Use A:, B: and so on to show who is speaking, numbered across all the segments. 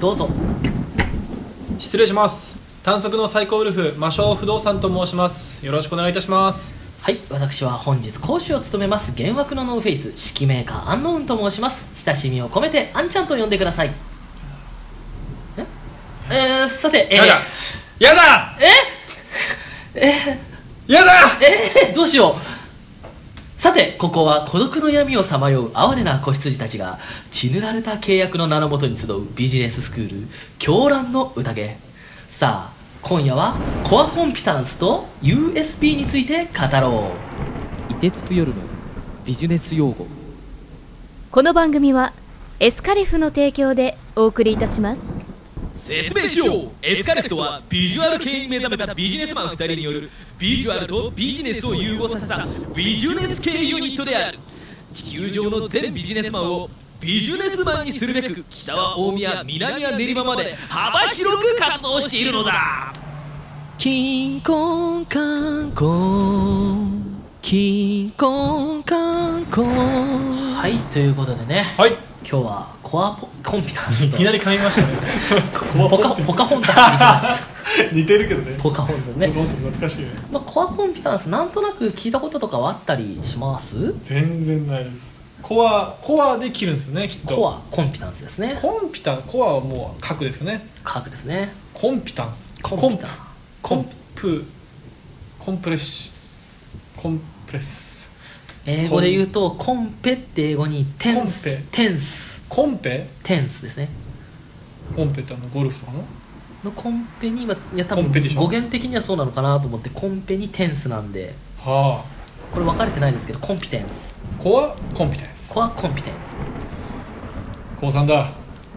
A: どうぞ
B: 失礼します短足の最高ウルフ魔性不動産と申しますよろしくお願いいたします
A: はい私は本日講師を務めます幻惑のノーフェイス指揮メーカーアンノーンと申します親しみを込めてアンちゃんと呼んでくださいええー、さてえー
B: やだやだ
A: えー、え
B: やだ
A: ー、え ー、どうしようさてここは孤独の闇をさまよう哀れな子羊たちが血塗られた契約の名のもとに集うビジネススクール狂乱の宴さあ今夜はコアコンピタンスと USB について語ろう
C: 凍てつく夜のビジネス用語
D: この番組はエスカリフの提供でお送りいたします
E: 説明しようエスカレフトはビジュアル系に目覚めたビジネスマン2人によるビジュアルとビジネスを融合させたビジネス系ユニットである地球上の全ビジネスマンをビジネスマンにするべく北は大宮南は練馬まで幅広く活動しているのだ
C: 金婚観光金婚観光
A: はいということでね
B: はいい
A: 今日はコアポコンピタンスと
B: きなり噛みましたね
A: ポカポカホンタスにしまし
B: 似てるけどね
A: たポカホンタス
B: ポカ
A: ね、
B: ホンタス懐かしいね
A: まあ、コアコンピタンスなんとなく聞いたこととかはあったりします
B: 全然ないですコアコアで切るんですよねきっと
A: コアコンピタンスですね
B: コンピタンコアはもう核ですよね
A: 科学ですね
B: コンピタンス
A: コンピタン
B: コンコンプコンプレッシュコンプレッス
A: 英語で言うとコンペって英語にテ
B: コ
A: ン
B: ン
A: ス
B: ペ
A: テンス
B: コンペ
A: テンスですね
B: コンペってあのゴルフとかの
A: のコンペに今いや多分
B: コンペティション
A: 語源的にはそうなのかなと思ってコンペにテンスなんで
B: はあ
A: これ分かれてないですけどコンピテンス
B: コアコンピタンス
A: コアコンピテンス
B: 高3だ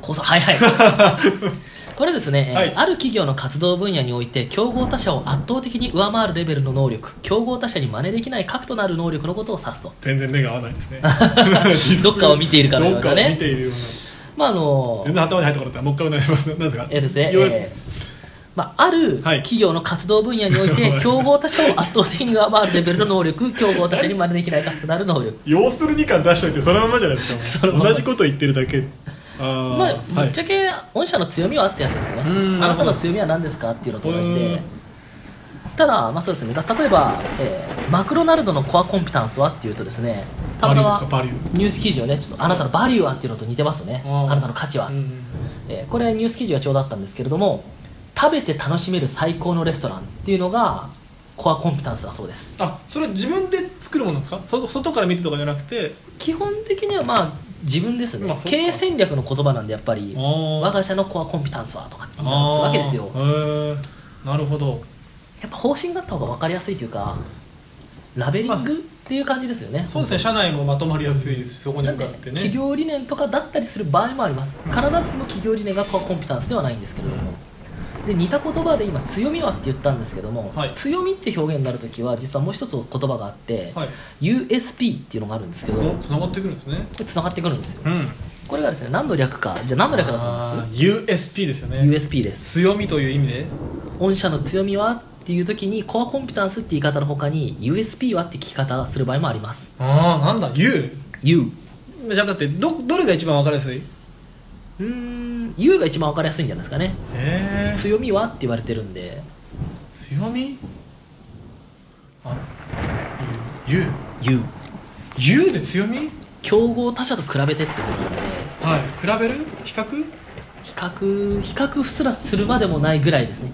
A: こうさはいはい これですね、えー
B: はい
A: ある企業の活動分野において競合他社を圧倒的に上回るレベルの能力競合他社に真似できない核となる能力のことを指すと
B: 全然目が合わないです ね
A: どっかを見ているかのようなね
B: どっかを見ているような
A: まああの
B: 全然頭に入ってこなかったもう一回お願いしますなぜか
A: えーですね、
B: よ
A: えーまあ、ある
B: はい
A: 企業の活動分野において、競合他社を圧倒的に上回るレベルの能力競合他社に真似できない核となる能力
B: 要するに感出しといてそのままじゃないです
A: そ
B: か
A: のまま
B: 同じこと言ってるだけあー
A: まあ、ぶ
B: は
A: っ
B: い
A: ちゃけ御社の強みはってやつですよね
B: うん
A: あなたの強みは何ですかっていうのと同じ
B: う
A: で
B: ん
A: ただ、まあ、そうですねだ例えば、えーマクドナルドのコアコンピタンスはっていうとですねた
B: バ
A: ま
B: リ
A: た
B: ューですか
A: ま
B: バリュー
A: ニュース記事をねちょっとあなたのバリューはっていうのと似てますよね
B: うん
A: あなたの価値は、
B: うんうん
A: えーこれニュース記事がちょうどあったんですけれども食べて楽しめる最高のレストランっていうのがコアコンピタンスだそうです
B: あそれは自分で作るものなんですかそ外から見てとかじゃなくて
A: 基本的にはまあ自分ですね、
B: まあそう
A: 経
B: か
A: 営戦略の言葉なんでやっぱり我
B: 我
A: が社のコアコンピタンスはとかって言ったりするわけですよ
B: へーなるほど
A: やっぱ方針があった方が分かりやすいというかラベリングっていう感じですよね、
B: そうですね社内もまとまりやすいですしそこに
A: な
B: 向
A: ん
B: か
A: で
B: ってね
A: 企業理念とかだったりする場合もあります必ずしも企業理念がコアコンピタンスではないんですけれどもで似た言葉で今強みはって言ったんですけども、
B: はい
A: 強みって表現になるときは実はもう一つ言葉があって、
B: はい
A: USP っていうのがあるんですけど
B: お繋がってくるんですね
A: つながってくるんですよ
B: うん
A: これがですね何の略かじゃあ何の略だと思います
B: あー USP ですよね
A: USP です
B: 強みという意味で
A: 御社の強みはっていう時にコアコンピタンスって言い方の他に USP はって聞き方する場合もあります
B: ああなんだ U
A: U
B: じゃあだってどどれが一番わかりやすいう
A: ーん U が一番分かりやすいんじゃないですかね
B: え
A: 強みはって言われてるんで
B: 強みあ U
A: U
B: U で強み
A: 競合他社と比べてってことなんで
B: はい比べる比較
A: 比較比較すらするまでもないぐらいですね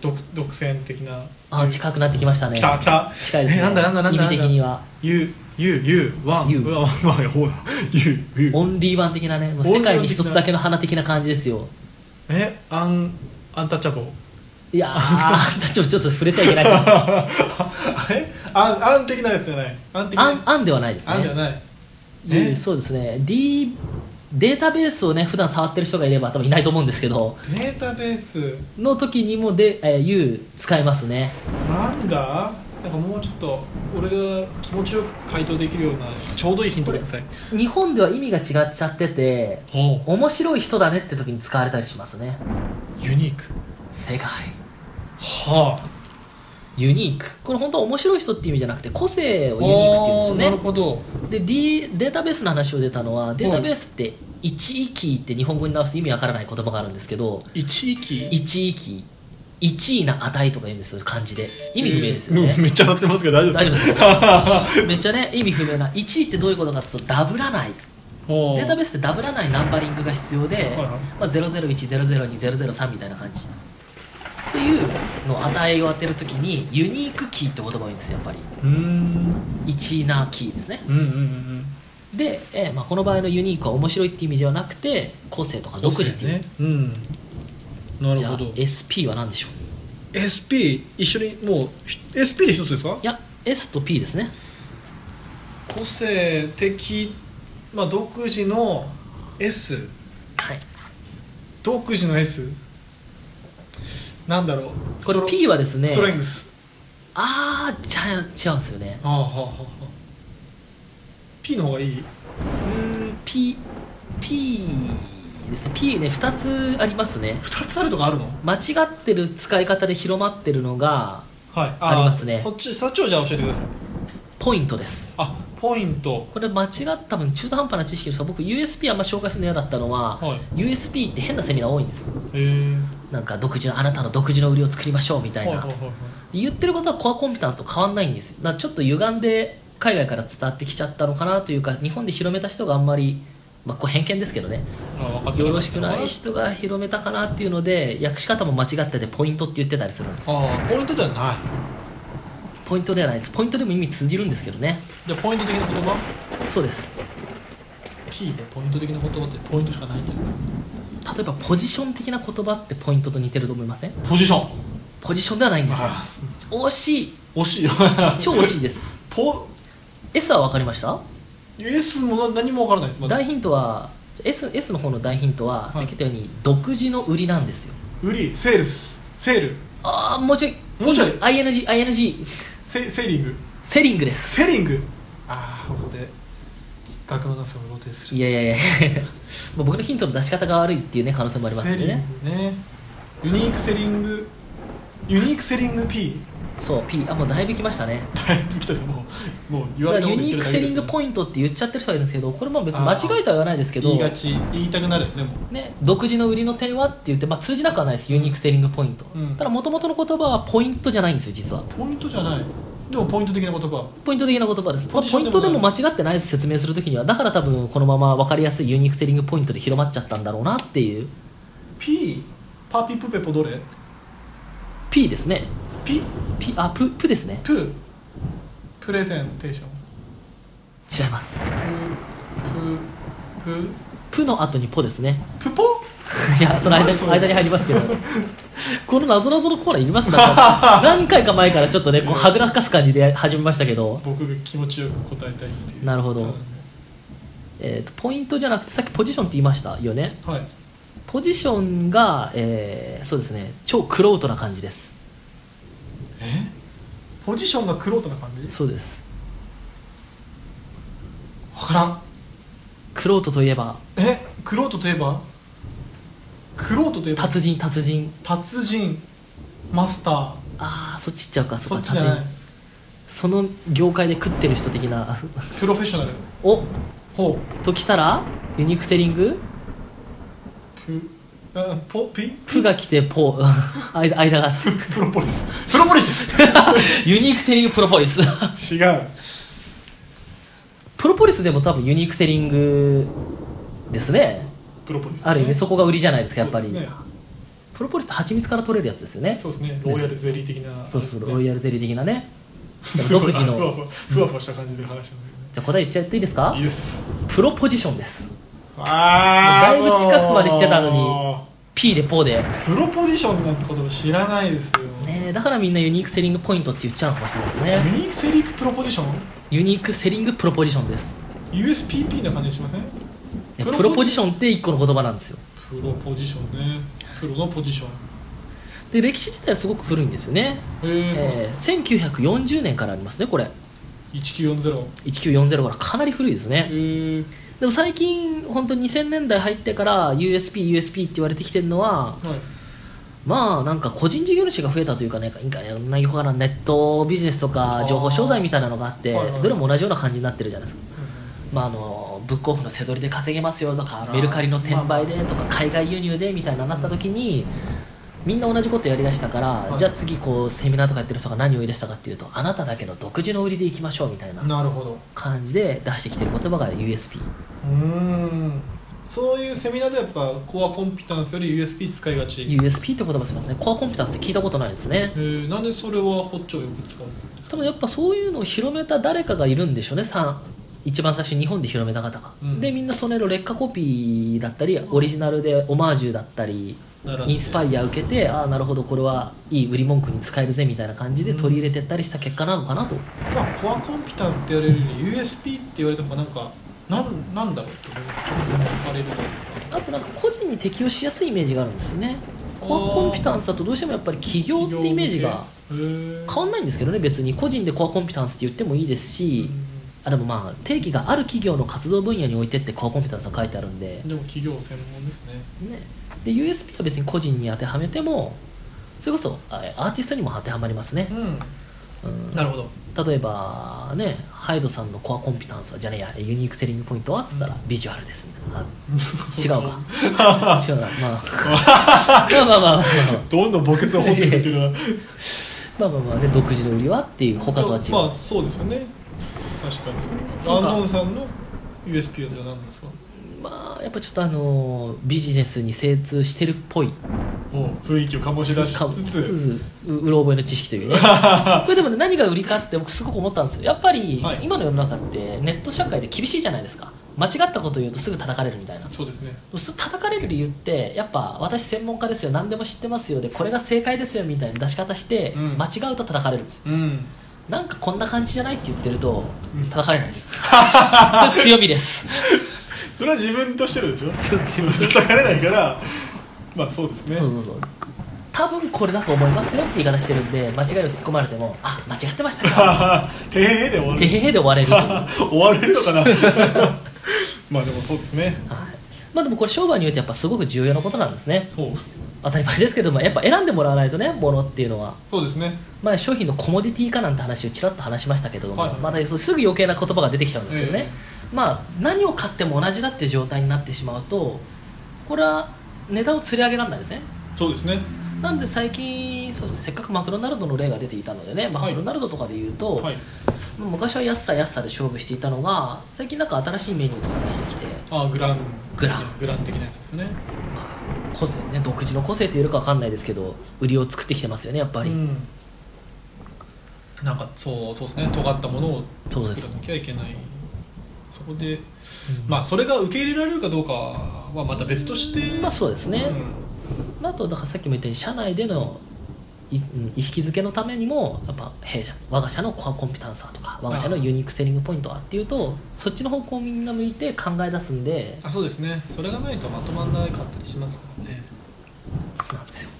B: 独独占的な
A: ああ近くなってきましたね
B: きたきた
A: 近いですね
B: えなんだなんだなんだ
A: 意味的には
B: U U U ワン
A: U
B: ワンワンほら U U
A: オンリーワン的なねもう
B: オンリ
A: 世
B: ーワン的な
A: 界に一つだけの花的な感じですよ
B: えアンアンタッチャボ
A: いやーあんたちょっとちょっと触れちゃいけないです
B: えアンアン的なやつじゃないアン的な
A: あんあんではないですね
B: アンではない
A: いい
B: え
A: そうですね、D、データベースをね普段触ってる人がいれば多分いないと思うんですけど
B: データベース
A: の時にもで、えー、U 使いますね
B: なんだなんかもうちょっと俺が気持ちよく回答できるようなちょうどいいヒントください
A: 日本では意味が違っちゃってて
B: おう
A: 面白い人だねって時に使われたりしますね
B: ユニーク
A: 世界
B: はあ
A: ユニークこれ本当は面白い人っていう意味じゃなくて個性をユニークっていうんですよね
B: ど
A: で、D、データベースの話を出たのはデータベースって一域って日本語に直すと意味わからない言葉があるんですけど
B: 一息
A: 一域一位な値とか言うんですよ漢字で意味不明ですよね、
B: うんめっちゃ張ってますけど大丈夫
A: 大丈
B: で
A: 夫ですす
B: か
A: かめっちゃね意味不明な1位ってどういうことかっていうとダブらない
B: おー
A: データベースってダブらないナンバリングが必要で、
B: はい
A: まあ、001002003みたいな感じっていうのを値を当てるときにユニークキーって言葉を言うんですよやっぱり
B: うーん
A: 1なキーですね
B: うんうんうん
A: で、えーまあ、この場合のユニークは面白いって意味ではなくて個性とか
B: うん
A: 独自っていう
B: ねうんな
A: じゃ
B: るほ
A: あ
B: ど
A: SP は何でしょう
B: SP 一緒にもうひ SP で一つですか
A: いや S と P ですね
B: 個性的まあ独自の S
A: はい
B: 独自の S なんだろう
A: これ P
B: は
A: はですね
B: ストレングス
A: ああじゃあ違うんですよね
B: ああはあはあはあ P の方がいいう
A: ーん P P ですね P ね2つありますね
B: 二つあるとかあるの
A: 間違ってる使い方で広まってるのが
B: はいー
A: ありますね
B: そっちそっちをじゃあ教えてください
A: ポイントです
B: あポイント
A: これ間違った多分中途半端な知識ですが僕 USB あんま紹介するの嫌だったのは、
B: はい
A: USB って変なセミナー多いんですよ
B: へえ
A: なんか独自のあなたの独自の売りを作りましょうみたいな、
B: はいはいはいはい
A: 言ってることはコアコンピタンスと変わんないんですよだからちょっと歪んで海外から伝わってきちゃったのかなというか日本で広めた人があんまり、まあ、これ偏見ですけどね
B: あ分かって
A: よろしくない人が広めたかなっていうので訳し方も間違っててポイントって言ってたりするんですよ
B: ああポイントではない
A: ポイントではないですポイントでも意味通じるんですけどね
B: じゃあポイント的な言葉
A: そうです
B: P でポイント的な言葉ってポイントしかないんじゃないですか
A: 例えばポジション的な言葉ってポイントと似てると思いません
B: ポジション
A: ポジションではないんですよ
B: あ
A: 惜しい
B: 惜しい
A: 超惜しいです
B: ポ
A: S は分かりました
B: S もな何もわからないですまだ
A: 大ヒントは S, S の方の大ヒントは、
B: い
A: さっき言ったように独自の売りなんですよ
B: 売りセールスセール
A: ああもうちょい
B: もうちょい
A: ING ING
B: セセーリング
A: セリングです
B: セリングああここで学のなさを露呈する
A: いやいやい やもう僕のヒントの出し方が悪いっていうね可能性もあります
B: セ
A: んで
B: リ
A: ね
B: ングねユニークセリングユニークセリング P
A: そう P あもうだいぶ来ましたね
B: だいぶ来たもうもう言
A: だ
B: わ
A: か
B: れ
A: らユ
B: たこと言っ
A: ニー
B: てる
A: ク
B: だけ
A: セリン
B: ですけ
A: グ
B: ど
A: ポイントって言っちゃってる人はいるんですけどこれも別に間違えたは言わないですけど
B: 言いがち言いたくなるでも
A: ね、独自の売りの点はって言って、まあ、通じなくはないですユニークセリングポイント、
B: うん
A: ただ元々の言葉はポイントじゃないんですよ実は
B: ポイントじゃないでもポイント的な言葉
A: ポイント的な言葉ですま
B: ポ
A: あ
B: ジシ
A: ポ
B: ョ
A: イ
B: ンで
A: ント
B: もな
A: で
B: い
A: も間違ってないです説明するときにはだから多分このまま分かりやすいユニークセリングポイントで広まっちゃったんだろうなっていう
B: P パピプペポどれ
A: P ですね
B: P
A: P あププですね
B: ププレゼンテーション
A: 違います
B: ププ
A: プの後にポですね
B: ププポ
A: いやその間に
B: それ
A: 間に入ります けどこの謎々のコーナーいりますだから 何回か前からちょっとねこうはぐらかす感じで始めましたけど
B: 僕が気持ちよく答えたいっていう
A: なるほど
B: うん
A: えーとポイントじゃなくてさっきポジションって言いましたよね
B: はい
A: ポジションが、えーそうですね超クロートな感じです
B: えポジションがクロートな感じ
A: そうです
B: 分からん
A: クロートといえば
B: えクロートといえばクロートといえば
A: 達人達人
B: 達人マスター
A: ああそっち行っちゃうかそ
B: そ
A: っ
B: っ
A: か
B: ちじゃない
A: 達人その業界で食ってる人的な あ
B: プロフェッショナル
A: お
B: ほう
A: ときたらユニークセリング
B: プうんポピ
A: 「プ」が来て「ポ」 間間が
B: プロポリスプロポリス
A: ユニークセリングプロポリス
B: 違う
A: プロポリスでも多分ユニークセリングですね
B: プロポリス
A: ある意味そこが売りじゃないですかやっぱり、
B: そうですね
A: プロポリスって蜂蜜から取れるやつですよね
B: そうですねロイヤルゼリー的な
A: そうそう、
B: ね
A: ロイヤルゼリー的な ね
B: す
A: 独
B: ごい
A: 自
B: あふわふ
A: の
B: わふわふわした感じで話してます
A: じゃあ答え言っちゃっていいですか
B: ねいいです
A: プロポジションです
B: あ
A: もうだいぶ近くまで来てたのに P でポで、
B: プロポジションなんてこと知らないですよ、
A: ねえ、だからみんなユニークセリングポイントって言っちゃうのかもしれないです
B: ユ
A: ね
B: ニークセリックプロポジション
A: ユニークセリングプロポジションです
B: USPP な感じしません
A: いや
B: プロポジ
A: プロポジションって一個の言葉なんですよ
B: プロポジションねプロのポジション
A: で歴史自体はすごく古いんですよね、
B: へえ
A: えー、1940年からありますねこれ
B: 1940へ
A: 1940からかなり古いですね、
B: え
A: でも最近本当2000年代入ってから USP、USP って言われてきてるのは
B: はい
A: まあなんか個人事業主が増えたというかねなんか何かなネットビジネスとか情報商材みたいなのがあって
B: あーはいはい
A: どれも同じような感じになってるじゃないですかまあ、あのブックオフのせどりで稼げますよとかメルカリの転売でとか海外輸入でみたいななった時にみんな同じことやりだしたから、
B: い
A: じゃあ次こうセミナーとかやってる人が何を言い出したかっていうとあなただけの独自の売りでいきましょうみたいな
B: なるほど
A: 感じで出してきてる言葉が USP
B: うーんそういうセミナーでやっぱコアコンピタンスより USP 使いがち、
A: USP って言葉しますねコアコンピタンスって聞いたことないですね
B: えー、なんでそれはホッチョをよく使うの
A: 多分やっぱそういうのを広めた誰かがいるんでしょうねさ一番最初に日本で広めた方が、
B: うん
A: でみんなその色劣化コピーだったりオリジナルでオマージュだったり
B: 習って
A: インスパイア受けてああなるほどこれはいい売り文句に使えるぜみたいな感じで取り入れてったりした結果なのかなと、
B: まあ、コアコンピタンスって言われるより USP って言われた方がなんかなんなんだろうって思いますちょっと聞かれると
A: あとなんか個人に適用しやすいイメージがあるんですねコアコンピタンスだとどうしてもやっぱり企業ってイメージが
B: へー
A: 変わんないんですけどね別に個人でコアコンピタンスって言ってもいいですし、あでもまあ定義がある企業の活動分野においてってコアコンピタンスが書いてあるんで,、ね、
B: でも企業専門ですね
A: で USP は別に個人に当てはめてもそれこそあアーティストにも当てはまりますね、
B: うんなるほど
A: 例えばねハイドさんのコアコンピタンスはじゃねえやユニークセリングポイントはっつったら、ビジュアルですみたいなあ違 うか違うなまあまあまあまあまあまあ
B: どんどん墓穴を掘ってくってるな
A: まあまあまあね独自の売りはっていう 他とは違う、
B: まあそうですよね確かにそう
A: そうか
B: アンノンさんの USP はじゃあ何ですか
A: まあやっぱちょっとあのービジネスに精通してるっぽい
B: 雰囲気を醸し出し
A: か
B: つ
A: つ
B: つ
A: つううろ覚えの知識と いうねこれでもね何が売りかって僕すごく思ったんですよやっぱり
B: はい
A: 今の世の中ってネット社会で厳しいじゃないですか間違ったこと言うとすぐ叩かれるみたいな
B: そうですね
A: す叩かれる理由ってやっぱ私専門家ですよ何でも知ってますよでこれが正解ですよみたいな出し方して、
B: うん
A: 間違うと叩かれるんです
B: うん
A: なんかこんな感じじゃないって言ってると
B: うん
A: 叩かれない ですそれ強みです
B: それは自分としてるでしょ
A: そう自分として
B: 叩かれないからまあそうですね
A: そうそうそう多分これだと思いますよって言い方してるんで間違いを突っ込まれてもあ間違ってましたか
B: てへへで終わ
A: て
B: る
A: へへで終わ れるという
B: 終われるのかな まあでもそうですね
A: はいまあでもこれ商売においてやっぱすごく重要なことなんですね
B: そう
A: 当たり前ですけどもやっぱ選んでもらわないとねものっていうのは、
B: そうですね
A: まあ、商品のコモディティ化なんて話をちらっと話しましたけれども、
B: はいはい
A: またそうすぐ余計な言葉が出てきちゃうんですけどね、
B: え
A: まあ何を買っても同じだって状態になってしまうとこれは値段を釣り上げられないですね
B: そうですね
A: なんで最近そうですねせっかくマクドナルドの例が出ていたのでね、まあ
B: はい
A: マクドナルドとかで言うと、
B: はい
A: まあ昔は安さ安さで勝負していたのが最近なんか新しいメニューとか出してきて
B: あグラン
A: グラン
B: グラン的なやつですね
A: 個性ね独自の個性というよりかわかんないですけど売りを作ってきてますよねやっぱり、
B: うんなんかそうそうですね尖ったものを
A: そう
B: 作
A: で
B: ら
A: す
B: なきゃいけないそこで、まあそれが受け入れられるかどうかはまた別として
A: まあそうですね、
B: うん
A: まああとだからさっきも言ったように社内でのいうん意識づけのためにもやっぱ弊社我が社のコアコンピタンスはとか我が社のユニークセリングポイントはっていうとそっちの方向をみんな向いて考え出すんで
B: あそうですねそれがないとまとまらなかったりしますからね
A: なんですよ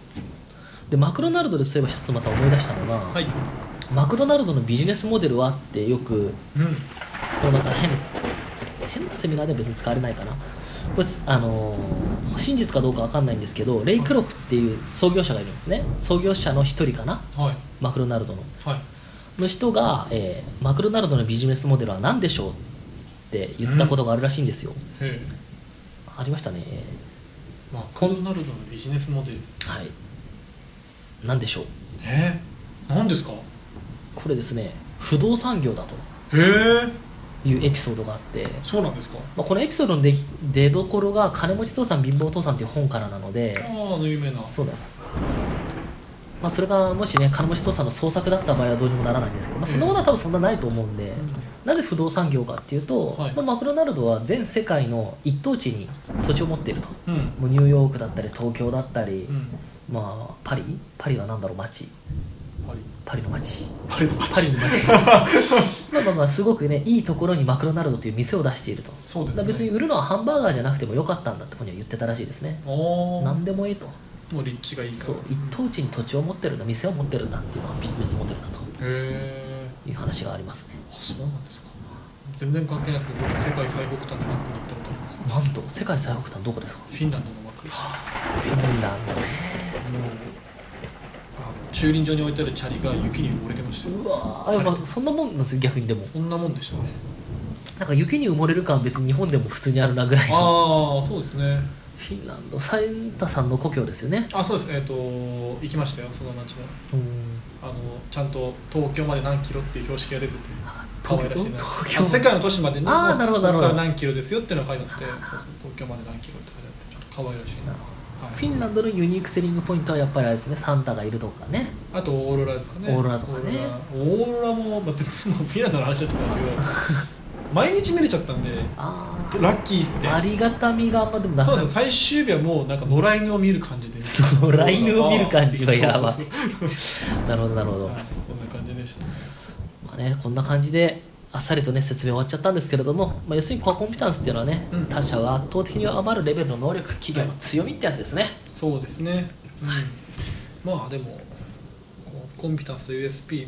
A: でマクドナルドでそういえば一つまた思い出したのが、
B: はい
A: マクドナルドのビジネスモデルはってよく
B: うん
A: これまた変変なセミナーでは別に使われないかなこれあのー真実かどうかわかんないんですけどレイクロックっていう創業者がいるんですね創業者の一人かな
B: はい
A: マクドナルドの
B: はい
A: の人が、えーマクドナルドのビジネスモデルは何でしょうって言ったことがあるらしいんですよ、
B: へえ
A: ありましたね
B: まあコンナルドのビジネスモデル
A: はい何でしょう
B: えー、何ですかへ
A: これですね不動産業だと
B: え
A: いうエピソードがあって
B: そうなんですか
A: まあ、このエピソードの出来出どころが「金持ち父さん貧乏父さん」っていう本からなので
B: あああの有名な
A: そうなんです、まあ、それがもしね金持ち父さんの創作だった場合はどうにもならないんですけど、まあ、そんなものは多分そんなないと思うんで、なぜ不動産業かっていうと、
B: はい
A: まあ、マクドナルドは全世界の一等地に土地を持っていると
B: うんうん
A: もうニューヨークだったり東京だったり、
B: うん
A: まあ、パリパリは何だろう街
B: パリ
A: パリの 街
B: パリの
A: パリの 街まあまあまあすごくねいいところにマクドナルドという店を出していると
B: そうで
A: だ
B: す
A: か
B: ね
A: ら別に売るのはハンバーガーじゃなくてもよかったんだって本人は言ってたらしいですね
B: おお
A: 何でもいいと
B: もう立地がいいから
A: そう一等地に土地を持ってるんだ店を持ってるんだっていうのがビジネスモデルだと
B: へえ
A: いう話がありますね
B: あそうなんですか全然関係ないですけど僕世界最北端のマックに行ったことありますフ
A: なんと世界最北端どこですか
B: ィンランドのマックですも
A: フィンランドね
B: うあの駐輪場に置いてあるチャリが雪に埋もれてましたよ
A: うわーあやっぱそんなもんなんですよ逆にでも
B: そんなもんでしたね
A: なんか雪に埋もれる感は別に日本でも普通にあるなぐらいの
B: ああそうですね
A: フィンランドサンタさんの故郷ですよね
B: あそうですえっ、と行きましたよその町も
A: うん
B: あのちゃんと東京まで何キロっていう標識が出てて可
A: 東
B: 愛
A: 京
B: らしいな
A: 東
B: あ
A: 京
B: の世界の都市までの
A: あーなるほどなるほど
B: ここから何キロですよっていうのが書いてあってそうそう東京まで何キロって書いてあってちょっと可愛らしいな
A: なるほ
B: はい
A: フィンランドのユニークセリングポイントはやっぱりあれですねサンタがいるとかね
B: あとオーロラですかね
A: オーロラとかね
B: オーロラオーロラも、まあ、全然もうフィンランドの話だったん だけど毎日見れちゃったんで
A: あ
B: ラッキーっすって
A: あありがたみがあんまでもなく
B: そうなんですよ最終日はもうなんか野良犬を見る感じで
A: そう野良犬を見る感じはやばい
B: そうそうそう
A: なるほどなるほど、
B: はいこんな感じでしたね
A: まあね、こんな感じであっさりとね説明終わっちゃったんですけれども、まあ、要するにコアコンピタンスっていうのはね、
B: うん
A: 他社は圧倒的に余るレベルの能力企業の強みってやつですね、
B: そうですね、うん、まあでもこうコンピタンスと USP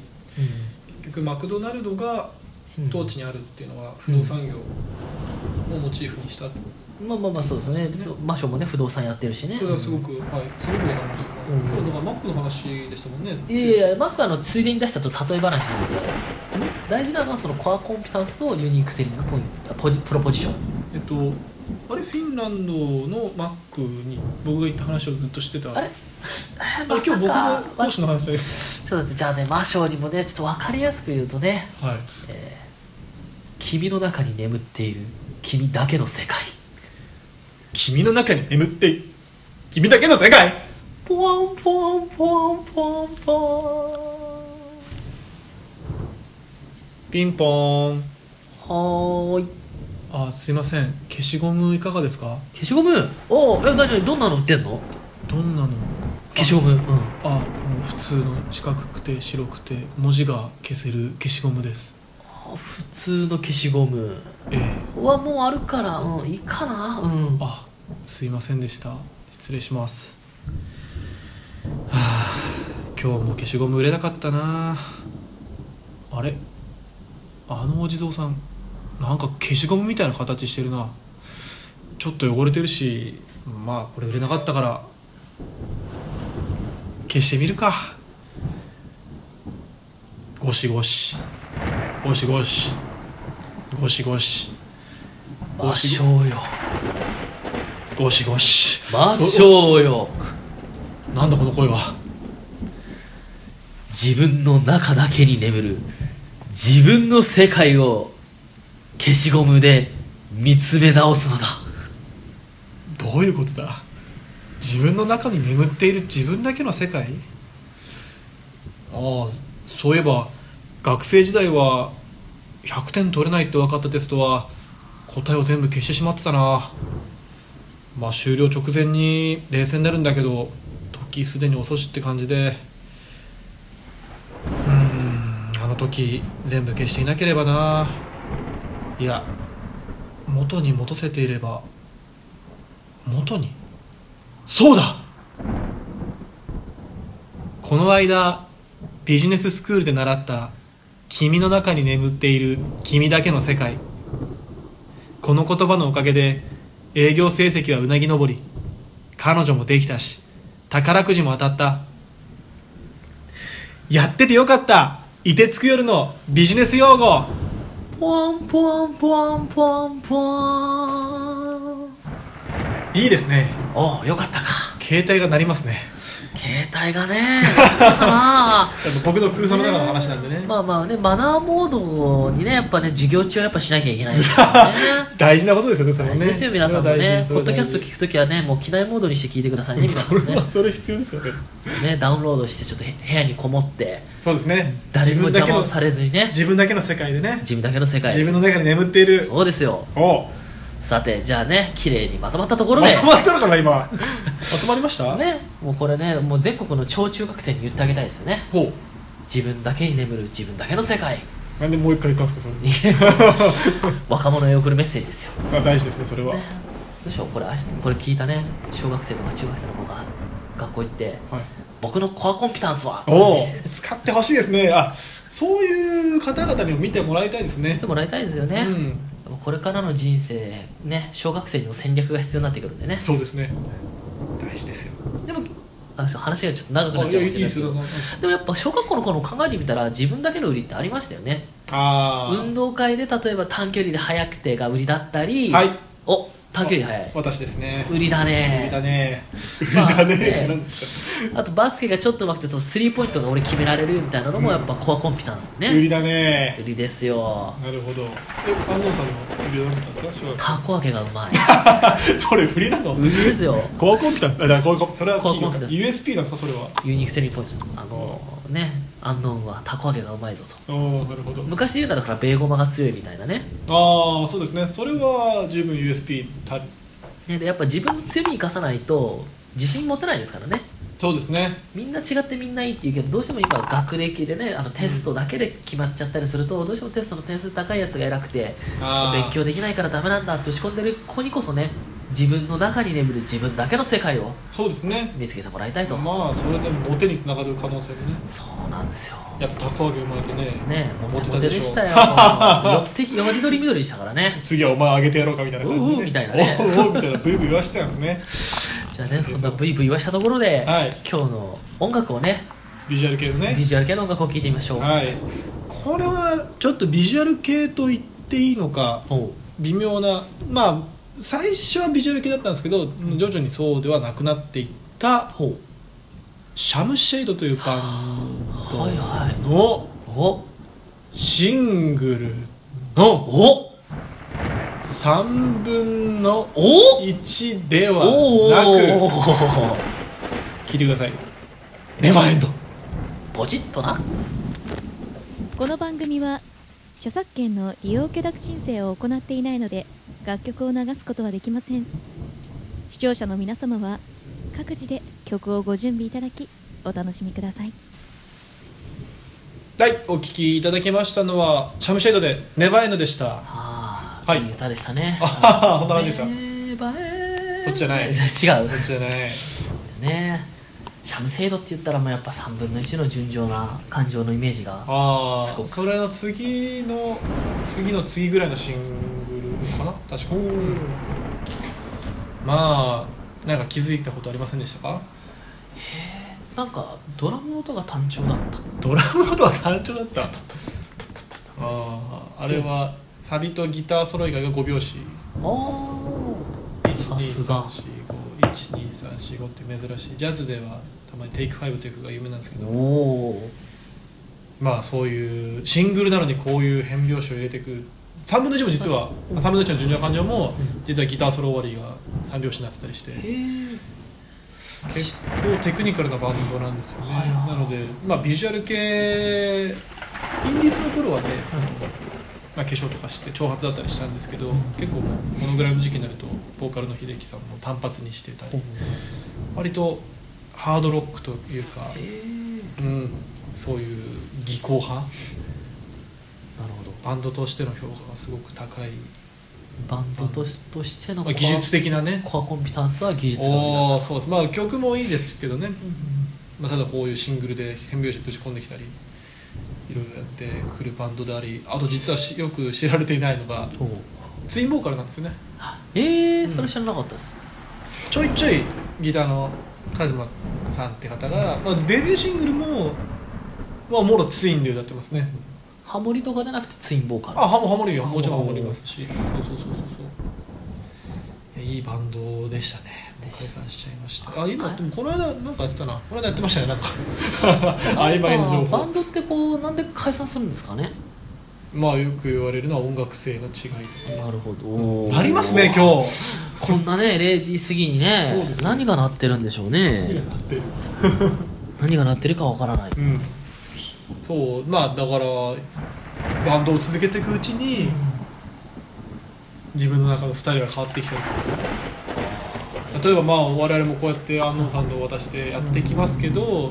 B: 結局マクドナルドが
A: うん
B: 当地にあるっていうのは不動産業をモチーフにした、
A: まあまあまあそうですねそうマショもね不動産やってるしね
B: それはすごく、はいすごく分かりました、
A: うん
B: 今日だからマックの話でしたもんね
A: いやいやマックはあのついでに出したちょっと例え話で大事なのはそのコアコンピタンスとユニークセリングポイントあポジプロポジション
B: えっとあれフィンランドのマックに僕が行った話をずっとしてた
A: あれ
B: あ今日僕の講師の話です
A: ちょっと待ってじゃあねマショにもねちょっと分かりやすく言うとね
B: はい
A: 君の中に眠っている君だけの世界
B: 君の中に眠って君だけの世界
A: ポワンポワンポワンポワンポワン
B: ピンポーン
A: はーい
B: あすいません消しゴムいかがですか
A: 消しゴムおーえ何何どんなの売ってんの
B: どんなの
A: 消しゴムうん
B: あもう普通の四角くて白くて文字が消せる消しゴムです
A: あ普通の消しゴム
B: ええ
A: はもうあるからうんいいかなうん
B: あすいませんでした失礼しますはあ今日も消しゴム売れなかったなあれあのお地蔵さんなんか消しゴムみたいな形してるなちょっと汚れてるしまあこれ売れなかったから消してみるかゴシゴシゴシゴシゴシゴシ
A: 魔性よ
B: ゴシゴシ
A: 魔性よ
B: なんだこの声は
A: 自分の中だけに眠る自分の世界を消しゴムで見つめ直すのだ
B: どういうことだ自分の中に眠っている自分だけの世界ああそういえば学生時代は100点取れないって分かったテストは答えを全部消してしまってたなまあ終了直前に冷静になるんだけど時すでに遅しって感じでうーんあの時全部消していなければないや元に戻せていれば元にそうだこの間ビジネススクールで習った「君の中に眠っている君だけの世界」この言葉のおかげで営業成績はうなぎ登り彼女もできたし宝くじも当たったやっててよかった凍てつく夜のビジネス用語
A: ポワンポワンポワンポワンポワン
B: いいですね
A: おうよかったか
B: 携帯が鳴りますね
A: 携帯が ねどうかな
B: 僕の空想の中の話なんでね、
A: まあまあねマナーモードにねやっぱね授業中はやっぱしなきゃいけないですからね
B: 大事なことですよねそれも
A: 大
B: ね
A: 事ですよ皆さんもねポッドキャスト
B: く
A: 聞くときはねもう機内モードにして聞いてくださいね皆さ
B: そ
A: ん
B: れ
A: ね
B: はそれ必要ですよね
A: ねダウンロードしてちょっとへ部屋にこもって
B: そうですね
A: 誰にも
B: 自
A: 邪
B: 分だけ
A: 魔を
B: の
A: されずにね
B: 自分だけの世界でね
A: 自分だけの世界
B: 自分の中に眠っている
A: そうですよ
B: おう
A: さてじゃあね綺麗にまとまったところ
B: ま
A: で
B: とまったのかな今まとまりました
A: ねもうこれねもう全国の小中学生に言ってあげたいですよね
B: ほう
A: 自分だけに眠る自分だけの世 界
B: なんでもう一回言ったんですかそれ
A: 若者へ送るメッセージですよ
B: まあ大事ですねそれは、
A: ねどうしようこれ明日これ聞いたね小学生とか中学生の子が学校行って
B: はい、
A: 僕のコアコンピタンスは
B: おう使ってほしいですねあそういう方々にも見てもらいたいですね
A: 言ってもらいたいですよね、
B: うん
A: でもこれからの人生ね小学生にも戦略が必要になってくるんでね
B: そうですね大事ですよ
A: でもあそう話がちょっと長くなっちゃうかもしれないけどでもやっぱ小学校の頃考えてみたら自分だけの売りってありましたよね
B: あー
A: 運動会で例えば短距離で速くてが売りだったり、
B: はい
A: お短距離速い
B: 私ですね
A: 売りだね
B: 売りだね売り
A: まあ
B: だね
A: ね
B: なんです
A: あとバスケがちょっと上手くてそのスリーポイントが俺決められるみたいなのもやっぱコアコンピタンス
B: か売り
A: ね、
B: だね
A: 売りですよ
B: なるほどえ安納さんの売りだったんですか小学
A: たこ揚げがうまい
B: 校 それ売りなの
A: 売りですよ
B: コアコンピューターですあじゃあコアコンピューターそれは企業
A: コア
B: か
A: コンピュー
B: USP なんですかそれは
A: ユニークセリングポイントあのねアンノーンはたこ揚げがうまいぞと
B: おおなるほど
A: 昔で言うならだからベーゴマが強いみたいなね
B: ああそうですねそれは十分 USP たる
A: ねでやっぱ自分の強み生かさないと自信持てないですからね
B: そうですね
A: みんな違ってみんないいって言うけどどうしても今学歴でねあのテストだけで決まっちゃったりすると、どうしてもテストの点数高いやつが偉くて
B: あー
A: 勉強できないからダメなんだって落ち込んでる子にこそね自分の中に眠る自分だけの世界を
B: そうですね
A: 見つけてもらいたいと、
B: まあそれでモテにつながる可能性もね
A: そうなんですよ
B: やっぱ高揚げ生まれてね
A: ねえモ
B: モ
A: テ
B: テ
A: モ
B: た
A: テ
B: で
A: で
B: しょ
A: したよ寄ってよ りどり緑でしたからね
B: 次はお前あげてやろうかみたいな感じで、ね、
A: おうおうみたいなね
B: おうおうみたいなブイブイ言わしてたんですね
A: じゃあねそんなブイブイ言わしたところで、
B: はい
A: 今日の音楽をね
B: ビジュアル系のね
A: ビジュアル系の音楽を聴いてみましょう、
B: はいこれはちょっとビジュアル系と言っていいのか
A: おう
B: 微妙なまあ最初はビジュアル系だったんですけど徐々にそうではなくなっていった
A: ほ
B: シャムシェイドというバン
A: うはいはい
B: ドの
A: お
B: シングルの
A: お
B: 3分の
A: お
B: 1で
A: おーおーおーおーおー
B: はな
A: おー
B: く聞いてくださいネバーエンド
A: ポチッとな
D: この番組は著作権の利用許諾申請を行っていないので楽曲を流すことはできません視聴者の皆様は各自で曲をご準備いただきお楽しみください
B: はいお聞きいただきましたのはシャムシェイドでネバーエンドでした
A: あー
B: はい
A: いい歌でしたね
B: あははそんな感じでした
A: ネバー
B: そっちじゃない
A: 違う
B: そっちじゃない
A: ねシャム制度って言ったらもうやっぱ3分の1の純情な感情のイメージが
B: あ
A: そう
B: あ
A: か
B: それの次の次の次ぐらいのシングルかな確かまあなんか気づいたことありませんでしたか
A: なんかドラムの音が単調だった
B: ドラムの音は単調だったあーあれはサビとギター揃いが5拍子
A: おさすが
B: 1234512345って珍しいジャズではたまに「Take5」という曲が有名なんですけ
A: ー
B: ど
A: おー
B: まあそういうシングルなのにこういう変拍子を入れていく3分の1も実は3分の1の純情感情も実はギターソロ終わりが3拍子になってたりして
A: へー
B: 結構テクニカルなバンドなんですよね
A: はいはい
B: なのでまあビジュアル系インディーズの頃はねそのまあ化粧とかして長髪だったりしたんですけど結構もうこのぐらいの時期になるとボーカルの秀樹さんも単発にしてたり割とハードロックというか、
A: へー
B: うん、そういう技巧派
A: なるほど
B: バンドとしての評価がすごく高い、
A: バンドとしとしての
B: ま
A: コ
B: あ、
A: ア
B: 技術的なね
A: コアコンピタンスは技術が売りだ
B: おーそうですまあ曲もいいですけどね、まあ、ただこういうシングルで変拍子ぶち込んできたりいろいろやってくるバンドでありあと実はしよく知られていないのが
A: おー
B: ツインボーカルなんですよね
A: ええー、それ知らなかったです、
B: ちょいちょいギターのカズマさんって方が、まあ、デビューシングルも、まあ、もろツインで歌ってますね
A: ハモリとかじゃなくてツインボーカル
B: あハモハモリよもちろんハモリますしそうそうそうそうそういやいいバンドでしたねもう解散しちゃいましたあ今
A: 解散
B: でもこの間なんかやってたなこの間やってましたねなんか 曖昧な情
A: バ
B: 報
A: ンドってこうなんで解散するんですかね
B: まあよく言われるのは音楽性の違いと
A: なるほど
B: かなりますね今日
A: こんなね0時過ぎにね
B: そうですね
A: 何が鳴ってるんでしょう
B: いや
A: ね
B: だって
A: 何が鳴ってるかわからない
B: うんそうまあだからバンドを続けていくうちに自分の中のスタイルが変わってきたりとか例えばまあ我々もこうやって安納さんと私でやってきますけど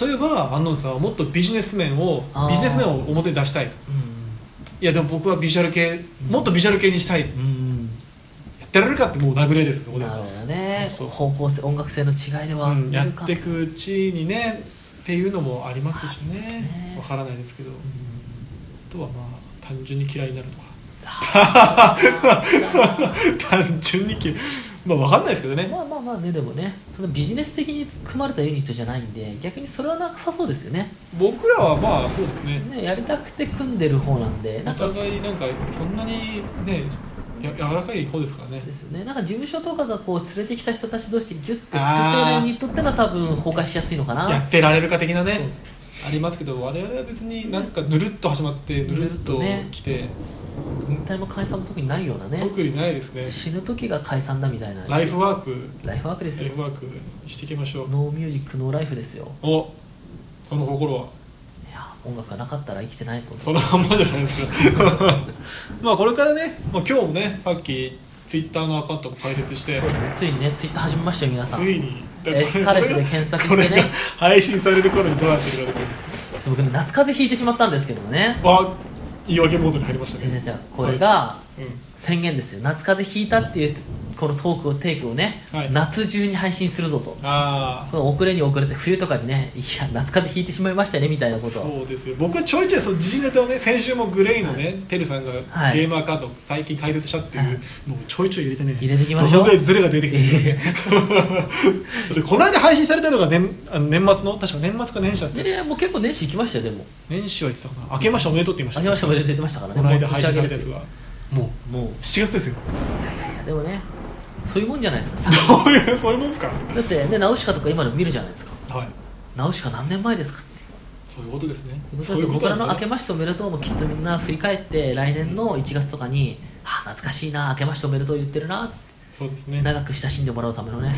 B: 例えば安納さんはもっとビジネス面を
A: あー
B: ビジネス面を表に出したいといやでも僕はビジュアル系もっとビジュアル系にしたいや
A: うん、うん、
B: ってられるかってもう殴れですよそこで
A: なるほどね
B: そうそう
A: 方向性音楽性の違いではあ
B: うんや
A: るか、
B: っていくうちにねっていうのもありますしね
A: ね
B: わからないですけどあとはまあ単純に嫌いになるとか 単純に嫌いまあわかんないですけどね
A: まあまあまあまあねでもねそのビジネス的に組まれたユニットじゃないんで逆にそれはなさそうですよね
B: 僕らはまあそうですね
A: ねやりたくて組んでる方なんでな
B: お
A: んか
B: 互いなんかそんなにねや柔らかい方ですからね
A: ですよねなんか事務所とかがこう連れてきた人たち同士でギュッて作ってるユニットってのは多分崩壊しやすいのか
B: や
A: な
B: ってられるか的なねありますけど我々は別になんかぬるっと始まってぬるっと
A: ぬるっとね
B: 来て、
A: 引退も解散も特にないようなね
B: 特にないですね
A: 死ぬ時が解散だみたいな
B: ライフワーク
A: ライフワークです
B: ライ
A: よ
B: フワークしていきましょう
A: ノーミュージックノーライフですよ
B: おその心はい
A: や音楽がなかったら生きてないと思う
B: そのまんまじゃないですか まあこれからね、まあ、今日もねさっきツイッターのアカウントも開設して
A: そうですねついにねツイッター始めましたよ皆さん
B: ついにだから
A: エスカレフで検索
B: こ
A: し
B: れ
A: て
B: が
A: ね
B: 配信される頃にどうなってるかですよ
A: そう僕ね夏風邪ひいてしまったんですけどもね
B: あ言い訳モードに入りました
A: じゃあじゃあ
B: ね
A: じゃあこれが
B: うん
A: 宣言ですよ夏風邪ひいたっていうこのトークをテイクをね、
B: はい
A: 夏中に配信するぞと
B: あ
A: この遅れに遅れて冬とかにねい や夏風邪ひいてしまいましたねみたいな
B: あ
A: ことを
B: そうですよ僕ちょいちょいその時事ネタをね先週もグレイのねてるさんが
A: はい
B: ゲームアカウントを最近開設したっていうのをちょいちょい入れてね
A: 入れていきましょう
B: どのぐらいズレが出てきてるかねでこの間配信されたのが年あの年末の確か年末か年始だって
A: でもう結構年始行きましたよでも
B: 年始は言ってたかな明けましておめでとうって言いました
A: 明けましておめでとう言ってましたからね
B: この間
A: もう
B: 配
A: 年
B: 信
A: 明けで
B: されたやつ
A: すよ
B: がもう
A: もう
B: 7月です よ
A: いやでもねそういうもんじゃないですかさ
B: そういうそういうもんですか
A: だってねナウシカとか今の見るじゃないですか
B: はい
A: ナウシカ何年前ですかって
B: そういうことですね
A: そ
B: そう
A: う
B: いうこと
A: 僕らの明
B: なん
A: け
B: だね
A: ましておめでとうもきっとみんな振り返って来年の1月とかに、あ懐かしいな明けましておめでとう言ってるなって
B: そうですね
A: 長く親しんでもらうためのね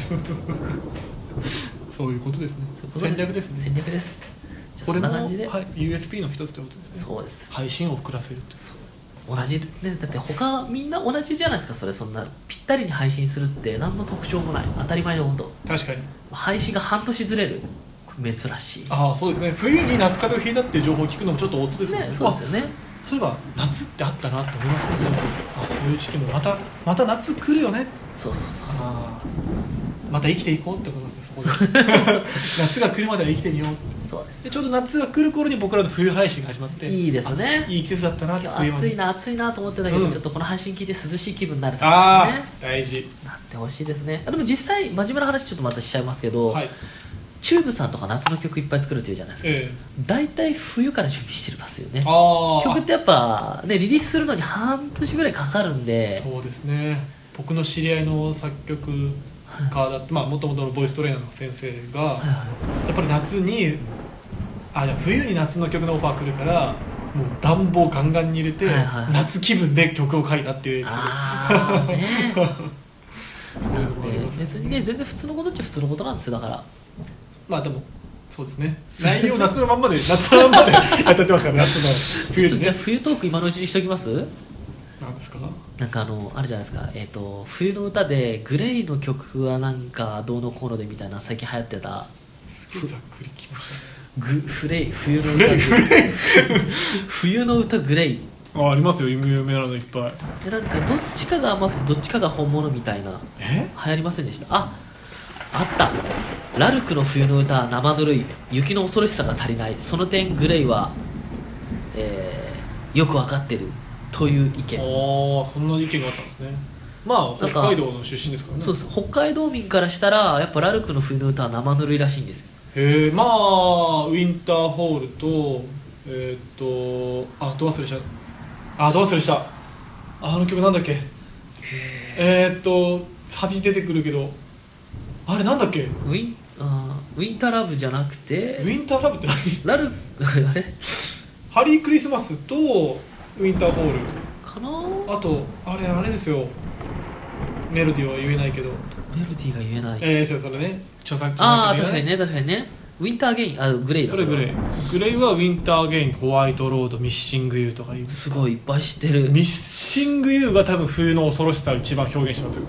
B: そういうことですね
A: そういうこと
B: 戦略ですね
A: 戦略ですじゃあ
B: こ
A: そ
B: れ
A: ん
B: も
A: な感じで、
B: はい、USP の一つということですね
A: そうです
B: 配信を遅らせるって
A: そう同じ、ね、だって他みんな同じじゃないですかそれそんなぴったりに配信するって何の特徴もない当たり前のこと
B: 確かに
A: 配信が半年ずれるこれ珍しい
B: ああそうですね冬に夏風邪をひいたっていう情報を聞くのもちょっとオツですよね
A: ねそうですよね
B: あそういえば夏ってあったなって思いますねそうそうそうあそういう時期もまたまた夏来るよね
A: そうそうそう
B: ああまた生きていこうってことですねそこで 夏が来るまでは生きてみようって
A: そうです
B: でちょうど夏が来る頃に僕らの冬配信が始まって
A: いいですね
B: あいい季節だったなって
A: 今日暑いな暑いなと思ってたけど、
B: うん
A: ちょっとこの配信聞いて涼しい気分になれた
B: あ
A: ら
B: あ
A: ね
B: ー大事
A: なってほしいですねあでも実際真面目な話ちょっとまたしちゃいますけど、
B: はい
A: チューブさんとか夏の曲いっぱい作るっていうじゃないですか
B: え
A: 大体冬から準備してますよね
B: えああ
A: 曲ってやっぱねリリースするのに半年ぐらいかかるんで
B: そうですね僕の知り合いの作曲家だってまあもともとのボイストレーナーの先生が
A: はいはい
B: やっぱり夏にあじゃあ冬に夏の曲のオファー来るからもう暖房ガンガンに入れて、
A: はいはいはい
B: 夏気分で曲を書いたっていうエピソー
A: ああね なんで
B: ドそういうのもありますね
A: 別にね全然普通のことっちゃ普通のことなんですよだから
B: まあでもそうですね内容夏のまんまで夏のまんまで やっちゃってますからね夏の
A: ちょっと
B: 冬に
A: じゃあ
B: ね
A: 冬トーク今のうちにしときます
B: なんですか
A: なんかあのあるじゃないですか、えー、と冬の歌でグレイの曲はなんかどうのこうのでみたいな最近流行ってた
B: すげえざっくりきましたね
A: グフレイ冬の歌
B: フレイフレイ
A: 冬の歌グレイ
B: あありますよ有名なのいっぱい
A: でなんかどっちかが甘くてどっちかが本物みたいな
B: え
A: 流行りませんでしたああったラルクの冬の歌は生ぬるい雪の恐ろしさが足りないその点グレイは、えーよくわかってるという意見
B: ああそんな意見があったんですねまあ
A: なんか
B: 北海道の出身ですからね
A: そうです北海道民からしたらやっぱラルクの冬の歌は生ぬるいらしいんですよ
B: へえまあウィンターホールとえーっとあど忘れしたあど忘れしたあの曲なんだっけえーっとサビ出てくるけどあれなんだっけ
A: ウ
B: ウ
A: ィンあーウィンターラブじゃなくて
B: ィンターラブって何
A: ラルク あれ
B: ハリークリスマスとウィンターホール
A: かな
B: あとあれあれですよメロディーは言えないけど、
A: メロディーが言えない、
B: えー、そうそれね著作著
A: ああ
B: 作
A: 確か
B: 権
A: に
B: が
A: ね確かにねウィンターゲインあグレイだ
B: それグレイグレイはウィンター・ゲインホワイト・ロードミッシング・ユーとかいう
A: すごいいっぱい知ってる
B: ミッシング・ユーが多分冬の恐ろしさを一番表現してますよ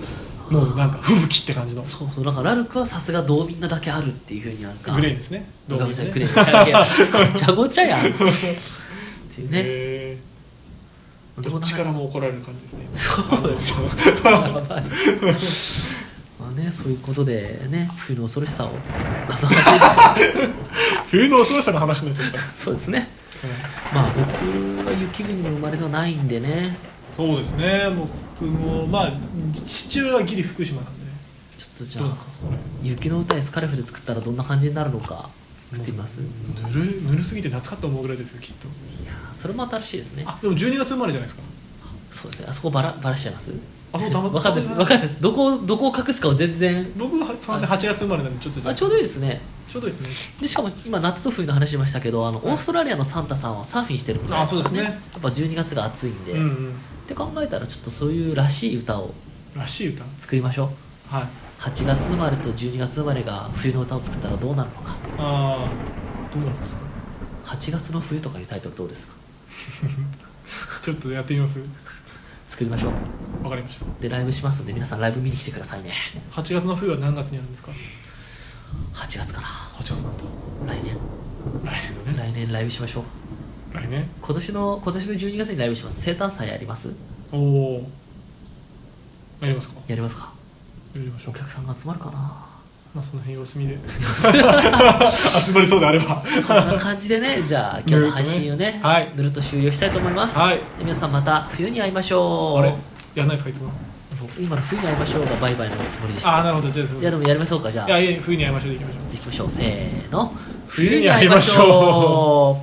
B: もうなんか吹雪って感じの
A: そうそうなんかラルクはさすが道民なだけあるっていうふうになんか
B: グレイですね
A: ごめんなさい
B: ね
A: グレイじゃごちゃやんっていうね
B: へー
A: で
B: ど
A: も
B: っ
A: な
B: ちから
A: んか
B: も怒られる感じですね
A: そうです
B: そう
A: やばいまあねそういうことでね冬の恐ろしさをあの
B: 冬の恐ろしさの話になっちゃった、
A: そうですねまあ僕は雪国の生まれではないんでね
B: そうですね僕もまあ父親はギリ福島なんで
A: ちょっっとじゃ
B: どうで
A: あ
B: すかそこら
A: 雪の歌やスカルフで作ったらどんな感じになるのか作ってみますい
B: 辺ぬるぬるすぎて夏かと思うぐらいですよきっと
A: やーそれも新しいですね
B: あでも12月生まれじゃないですか
A: そうですねあそこバラバラしちゃいます
B: あそうだま
A: わかんないですわかんないですどこをどこを隠すかを全然
B: 僕はそんで8月生まれなんでちょっとじゃ
A: あちょうどいいですね
B: ちょうどいいですね
A: でしかも今夏と冬の話しましたけどあの、オーストラリアのサンタさんはサーフィンしてるみたいな
B: あそうですね
A: やっぱ12月が暑いんで、
B: うん
A: っ
B: うん
A: て考えたらちょっとそういうらしい歌を
B: らしい歌
A: 作りましょう
B: はい
A: 8月生まれと12月生まれが冬の歌を作ったらどうなるのか
B: ああどうなんですか
A: 8月の冬とかいうタイトルどうですか
B: ちょっとやってみます
A: 作りましょう
B: わかりました
A: でライブしますんで皆さんライブ見に来てくださいね
B: 8月の冬は何月にあるんですか
A: 8月か
B: 8月なんだ
A: な来年
B: 来年だね
A: 来年ライブしましょう
B: 来年
A: 今年の今年の12月にライブします生誕祭やります
B: おおやりますか
A: やりますか
B: やりましょ
A: お
B: う
A: 客さんが集まるかな
B: まあその辺様 子見で集まりそうであれば
A: そんな感じでね じゃあ今日の配信をね
B: ぬるっとねはい
A: ぬるっと終了したいと思います、
B: はい
A: で皆さんまた冬に会いましょう
B: あれやんないですかいつも
A: 僕今の冬に会いましょうがバイバイのつもりでし
B: ああ
A: た
B: なるほどじゃあそう
A: いやでもやりましょうかじゃあ
B: いやいや冬に会いましょうでいきましょう
A: 行きましょうせーの
B: 冬に会いましょう
A: 冬に会いましょう